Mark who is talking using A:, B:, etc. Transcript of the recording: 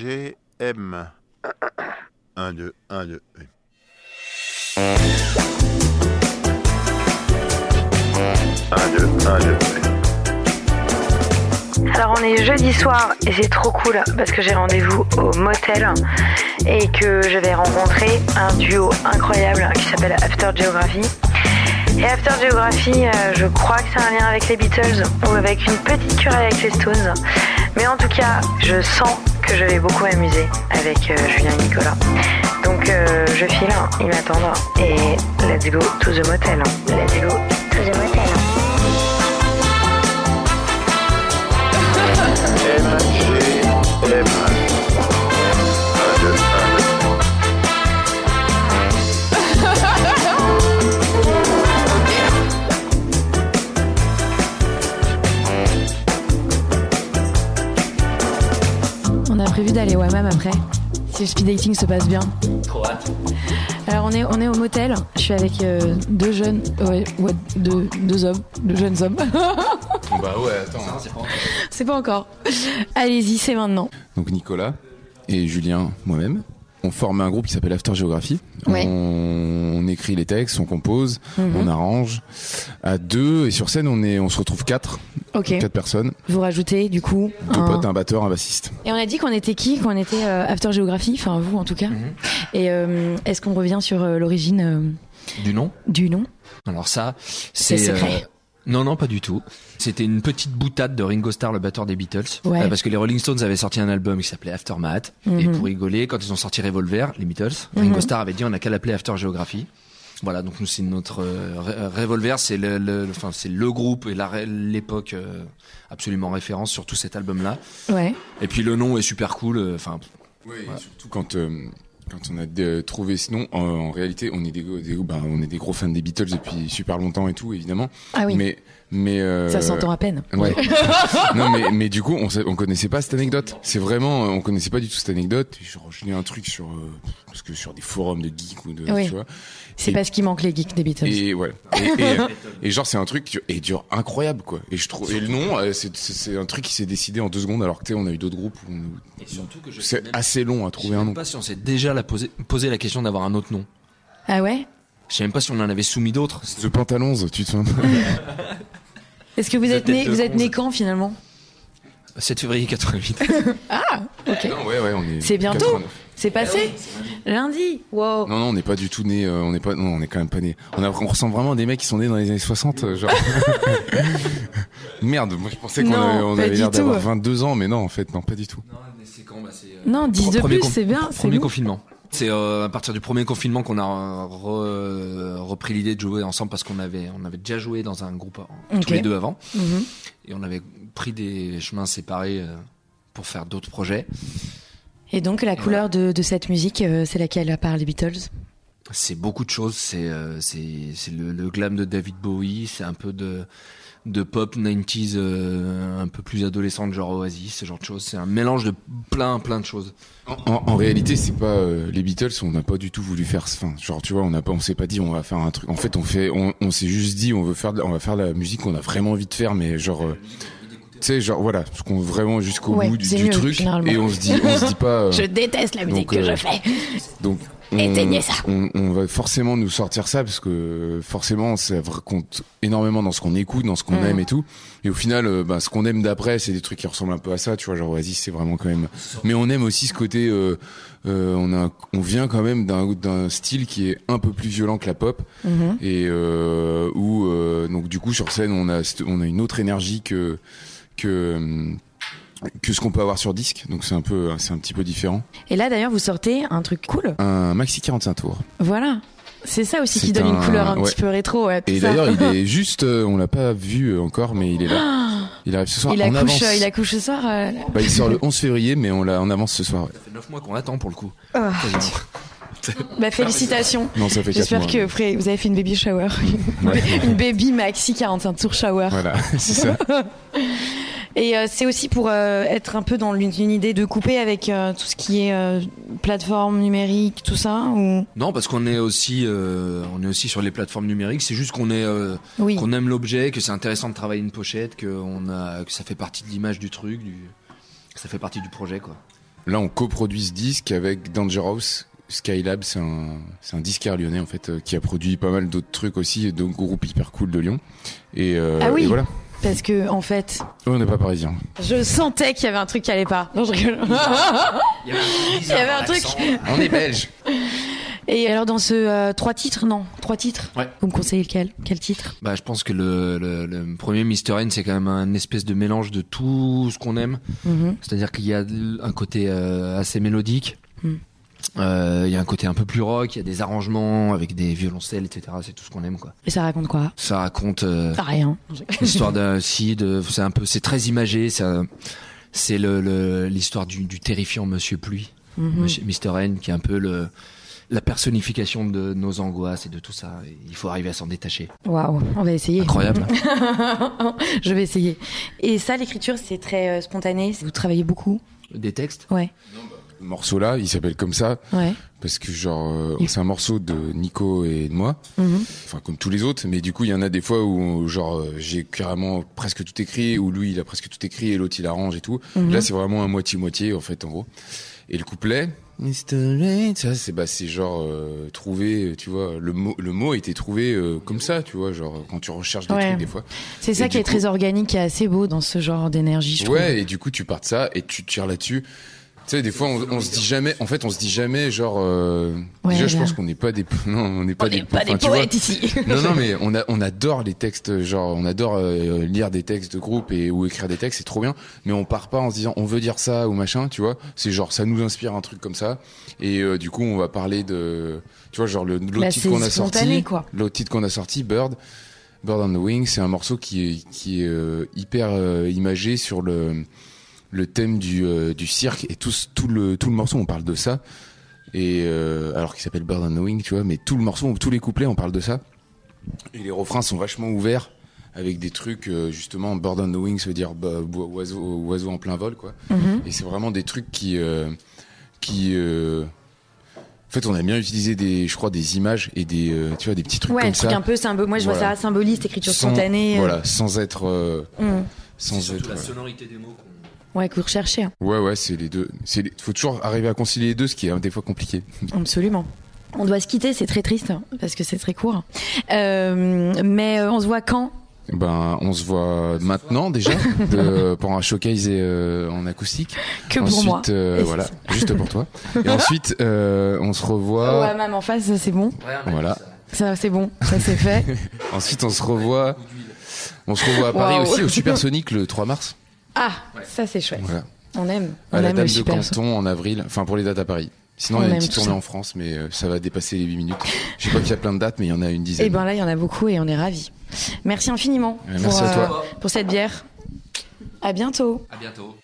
A: MGM. 1, 2, 1, 2.
B: Alors on est jeudi soir et c'est trop cool parce que j'ai rendez-vous au motel et que je vais rencontrer un duo incroyable qui s'appelle After Geography. Et After Geography, euh, je crois que c'est un lien avec les Beatles ou avec une petite cure avec les Stones. Mais en tout cas, je sens que je vais beaucoup m'amuser avec euh, Julien et Nicolas. Donc euh, je file, ils m'attendent et let's go to the motel. Let's go to the motel.
A: MGM. 1, 2, 1, 2.
C: On a prévu d'aller au hammam après, si le speed dating se passe bien.
D: Trop hâte.
C: Alors on est, on est au motel, je suis avec euh, deux jeunes, ouais, ouais, deux, deux hommes, deux jeunes hommes.
E: Bah ouais, attends.
D: Non, c'est pas
C: c'est pas encore. Allez-y, c'est maintenant.
E: Donc Nicolas et Julien, moi-même, on forme un groupe qui s'appelle After Geography.
C: Ouais. Mhm.
E: On, on écrit les textes, on compose, on arrange. À deux et sur scène, on est, on se retrouve quatre,
C: Ok, Ah.
E: quatre personnes,
C: vous rajoutez du coup
E: deux
C: un-
E: potes, un batteur, un bassiste.
C: Et on a dit qu'on était qui Qu'on était euh, After Géographie, enfin vous en tout cas.
E: Mhm.
C: Et euh, est-ce qu'on revient sur euh, l'origine euh,
D: Du nom
C: du nom
D: Alors ça, c'est
C: secret.
D: euh, Non, non, pas du tout. C'était une petite boutade de Ringo Starr, le batteur des Beatles, Euh,
C: Ouais. Mhm.
D: parce que les Rolling Stones avaient sorti un album qui s'appelait Aftermath. Et pour rigoler, quand ils ont sorti Revolver, les Beatles, Ringo Starr avait dit on a qu'à l'appeler After Geography. Voilà, donc nous c'est notre euh, Re- Revolver, c'est le, le- enfin c'est le groupe et la ré- l'époque euh, absolument référence sur tout cet album-là.
C: Ouais.
D: Et puis le nom est super cool. euh, Enfin,
E: Oui, et surtout quand euh, quand on a dé- trouvé ce nom, en, en réalité, on est des, go- des go- bah, on est des gros fans des Beatles depuis super longtemps et tout, évidemment.
C: Ah oui,
E: Mais mais euh,
C: ça s'entend à peine.
E: Ouais. non mais mais du coup on sa- on connaissait pas cette anecdote. C'est vraiment euh, on connaissait pas du tout cette anecdote. Genre je lis un truc sur euh, parce que sur des forums de geeks ou de
C: Oui.
E: tu vois.
C: C'est
E: Et-
C: parce qu'il manque les geeks des Beatles.
E: Et voilà. Et, et, euh, et genre c'est un truc qui- et dur incroyable quoi. Et je trouve et le nom euh, c'est c'est- c'est un truc qui s'est décidé en deux secondes alors que tu sais on a eu d'autres groupes où on-
D: et surtout que je
E: c'est assez long à
D: Je sais
E: trouver un
D: même
E: nom.
D: pas si on s'est déjà la posé, posé la question d'avoir un autre nom.
C: Ah ouais
D: Je sais même pas si on en avait soumis d'autres. C'est-
E: The Pantalons, tu te souviens
C: Est-ce que vous
D: La
C: êtes
D: tête
C: né
D: de
C: vous êtes
D: con,
C: né
D: ça.
C: quand finalement
D: 7 février 88.
E: Non ouais ouais on est.
C: C'est bientôt.
E: 89.
C: C'est passé Lundi Wow
E: Non non on n'est pas du tout né euh, on n'est pas non on est quand même pas né. On, a- on ressemble vraiment à des mecs qui sont nés dans les années 60 euh, genre. Merde moi je pensais qu'on
C: Non,
E: avait, on
C: pas
E: avait
C: du
E: l'air d'avoir
C: tout.
E: 22 ans mais non en fait non pas du tout.
D: Non, mais c'est quand bah, c'est, euh,
C: Non, 10 de
D: premier
C: plus,
D: con-
C: c'est bien. c'est
D: Premier
C: bon.
D: confinement. C'est euh, à partir du premier confinement qu'on a euh, re- repris l'idée de jouer ensemble parce qu'on avait, on avait déjà joué dans un groupe euh,
C: Ok.
D: tous les deux avant
C: Mhm.
D: et on avait pris des chemins séparés euh, pour faire d'autres projets.
C: Et donc la couleur de, de cette musique, euh, c'est laquelle à part les Beatles
D: C'est beaucoup de choses. C'est euh, c'est c'est le, le glam de David Bowie. C'est un peu de de pop 90s euh, un peu plus adolescente genre Oasis ce genre de choses c'est un mélange de plein plein de choses
E: En, en- en réalité, c'est pas euh, les Beatles. On n'a pas du tout voulu faire. Enfin, genre, tu vois, on n'a pas, on s'est pas dit, on va faire un truc. En fait, on fait, on, on s'est juste dit, on veut faire, de- on va faire de la musique qu'on a vraiment envie de faire, mais genre, euh, tu sais, genre voilà, ce qu'on vraiment jusqu'au
C: Ouais,
E: bout du,
C: c'est
E: du
C: mieux,
E: truc.
C: généralement.
E: Et on se dit, on se dit pas. euh,
C: déteste la
E: musique Donc, que euh, je
C: fais.
E: donc,
C: Éteignez
E: on,
C: ça.
E: on, on va forcément nous sortir ça parce que euh, forcément, ça v- compte énormément dans ce qu'on écoute, dans ce qu'on
C: Mhm.
E: aime et tout. Et au final, euh, bah, ce qu'on aime d'après, c'est des trucs qui ressemblent un peu à ça, tu vois. Genre Oasis, c'est vraiment quand même. Mais on aime aussi ce côté. euh, euh, on a, on vient quand même d'un d'un style qui est un peu plus violent que la pop
C: Mhm.
E: et euh, où euh, donc du coup sur scène, on a cette- on a une autre énergie que que hum, que ce qu'on peut avoir sur disque. Donc c'est un peu, c'est un petit peu différent.
C: Et là d'ailleurs, vous sortez un truc cool.
E: Un maxi 45 tours.
C: Voilà. C'est ça aussi
E: C'est
C: qui donne une
E: un-
C: couleur un
E: ouais.
C: petit peu rétro. ouais, tout
E: Et
C: ça.
E: d'ailleurs, il est juste, euh, on l'a pas vu euh, encore, mais il est là. Il arrive ce soir.
C: il
E: en
C: accouche,
E: avance.
C: euh, il accouche ce soir. euh,
E: Bah, il sort le 11 février, mais on l'a en avance ce soir. ouais.
D: ça fait 9 mois qu'on attend pour le coup
C: Ah.
D: Quasiment.
C: Bah, félicitations.
E: Non, ça fait 4
C: J'espère
E: mois.
C: que après, vous avez fait une baby shower,
E: Ouais.
C: une baby maxi 45 tours shower.
E: Voilà, c'est ça.
C: Et euh, c'est aussi pour euh, être un peu dans l'une- une idée de couper avec euh, tout ce qui est euh, plateforme numérique, tout ça. Ou
D: Non, parce qu'on est aussi, euh, on est aussi sur les plateformes numériques. C'est juste qu'on est, euh,
C: oui.
D: qu'on aime l'objet, que c'est intéressant de travailler une pochette, que on a, que ça fait partie de l'image du truc, du, que ça fait partie du projet, quoi.
E: Là, on coproduit ce disque avec Dangerous. Skylab, c'est un, c'est un disquaire lyonnais en fait, euh, qui a produit pas mal d'autres trucs aussi, de groupes hyper cool de Lyon. Et, euh,
C: Ah oui.
E: et voilà. Ouais,
C: Parce que, en fait,
E: on n'est pas parisien.
C: je sentais qu'il y avait un truc qui allait pas. Non, je rigole.
D: Il y avait un,
C: Il y avait un truc.
E: On est belge.
C: Et alors, dans ce euh, trois titres, non, trois titres.
D: Ouais.
C: Vous me conseillez lequel Quel titre
D: Bah, je pense que le, le, le premier Mister N, c'est quand même un espèce de mélange de tout ce qu'on aime.
C: Mhm.
D: C'est-à-dire qu'il y a un côté euh, assez mélodique.
C: Mm.
D: Euh, il y a un côté un peu plus rock, il y a des arrangements avec des violoncelles, etc. C'est tout ce qu'on aime, quoi.
C: Et ça raconte quoi
D: Ça raconte euh,
C: Ah, Rien.
D: l'histoire d'un si, de- c'est un peu, c'est très imagé. ça- C'est le- le- l'histoire du, du terrifiant Monsieur Pluie,
C: Mhm.
D: Monsieur- Mr N, qui est un peu le la personnification de nos angoisses et de tout ça. Et Il faut arriver à s'en détacher.
C: Waouh, on va essayer.
D: Incroyable.
C: je vais essayer. Et ça, l'écriture, c'est très euh, spontané. Vous travaillez beaucoup.
D: des textes.
C: Ouais.
E: Le morceau là, il s'appelle comme ça
C: Ouais.
E: parce que genre euh, c'est un morceau de Nico et de moi.
C: Mhm.
E: Enfin comme tous les autres, mais du coup il y en a des fois où genre euh, j'ai carrément presque tout écrit, où lui il a presque tout écrit et l'autre il arrange et tout.
C: Mhm.
E: Là c'est vraiment un moitié moitié en fait en gros. Et le couplet. Mr. Rain, Ça c'est bah c'est genre euh, trouver tu vois le mot le mot a été trouvé euh, comme ça tu vois genre quand tu recherches des
C: Ouais.
E: trucs des fois
C: C'est ça
E: Et
C: qui
E: du
C: est très organique et assez beau dans ce genre d'énergie, je
E: ouais, et du coup, tu pars de ça et tu tires là-dessus. Tu sais, des fois, on, on se dit jamais. En fait, on se dit jamais, genre. euh,
C: Ouais,
E: déjà, je
C: bien.
E: pense qu'on n'est pas des. Non, on n'est pas, des.
C: trouve. On n'est pas des
E: enfin, tu vois.
C: poètes ici.
E: Non, non, mais on, a, on adore les textes, genre, on adore euh, lire des textes de groupe et, ou écrire des textes, c'est trop bien. Mais on part pas en se disant, on veut dire ça ou machin, tu vois. C'est genre, ça nous inspire un truc comme ça. Et euh, du coup, on va parler de, tu vois, genre, le- l'autre
C: Bah,
E: titre
C: c'est
E: qu'on a
C: spontané,
E: sorti.
C: quoi.
E: L'autre titre qu'on a sorti, Bird. Bird on the Wing, c'est un morceau qui est, qui est euh, hyper euh, imagé sur le, le thème du, euh, du cirque et tout, ce- tout, le, tout le morceau, on parle de ça. Et euh, alors qu'il s'appelle Bird on the Wing, tu vois, mais tout le morceau, tous les couplets, on parle de ça. Et les refrains sont vachement ouverts avec des trucs euh, justement bird on the wing, ça veut dire bah, bo- oiseau, oiseau en plein vol quoi.
C: Mm-hmm.
E: Et c'est vraiment des trucs qui euh, qui euh, en fait on a bien utilisé des je crois des images et des euh, tu vois des petits trucs
C: Ouais,
E: comme
C: un truc
E: ça.
C: un peu symbolique. Moi, je vois
E: Voilà.
C: ça symboliste, écriture
E: sans,
C: spontanée. euh,
E: Voilà, sans être euh,
C: mm.
E: sans être ouais.
D: sonorité des mots.
C: Ouais, que vous recherchez. hein.
E: Ouais ouais, c'est les deux. C'est les- faut toujours arriver à concilier les deux, ce qui est hein, des fois compliqué.
C: Absolument. On doit se quitter, c'est très triste hein, parce que c'est très court. Euh, mais euh, on se voit quand
E: Ben on se voit maintenant déjà de- pour un showcase euh, en acoustique.
C: Que pour
E: ensuite,
C: moi.
E: euh,
C: Et
E: voilà,
C: c'est
E: juste pour toi. Et ensuite, euh, on se revoit.
C: Oh, Ouais, même en face, ça c'est bon.
E: Voilà.
C: Ça c'est bon, ça c'est fait.
E: Ensuite, on se revoit. On se revoit à Paris
C: Waouh.
E: aussi au Supersonic le 3 mars.
C: Ah, ça c'est chouette.
E: Voilà.
C: On aime.
E: À
C: on
E: la
C: aime le
E: Dame de
C: super.
E: Canton en avril. Enfin, pour les dates à Paris. Sinon,
C: On
E: il y a
C: aime
E: une petite
C: tout
E: tournée
C: ça.
E: en France, mais euh, ça va dépasser les 8 minutes. Je sais pas qu'il y a plein de dates, mais il y en a une dizaine.
C: Et ben là, il y en a beaucoup et on est ravis. Merci infiniment
E: Ouais, merci
C: pour,
E: à toi.
C: pour cette bière. À bientôt.
D: À bientôt.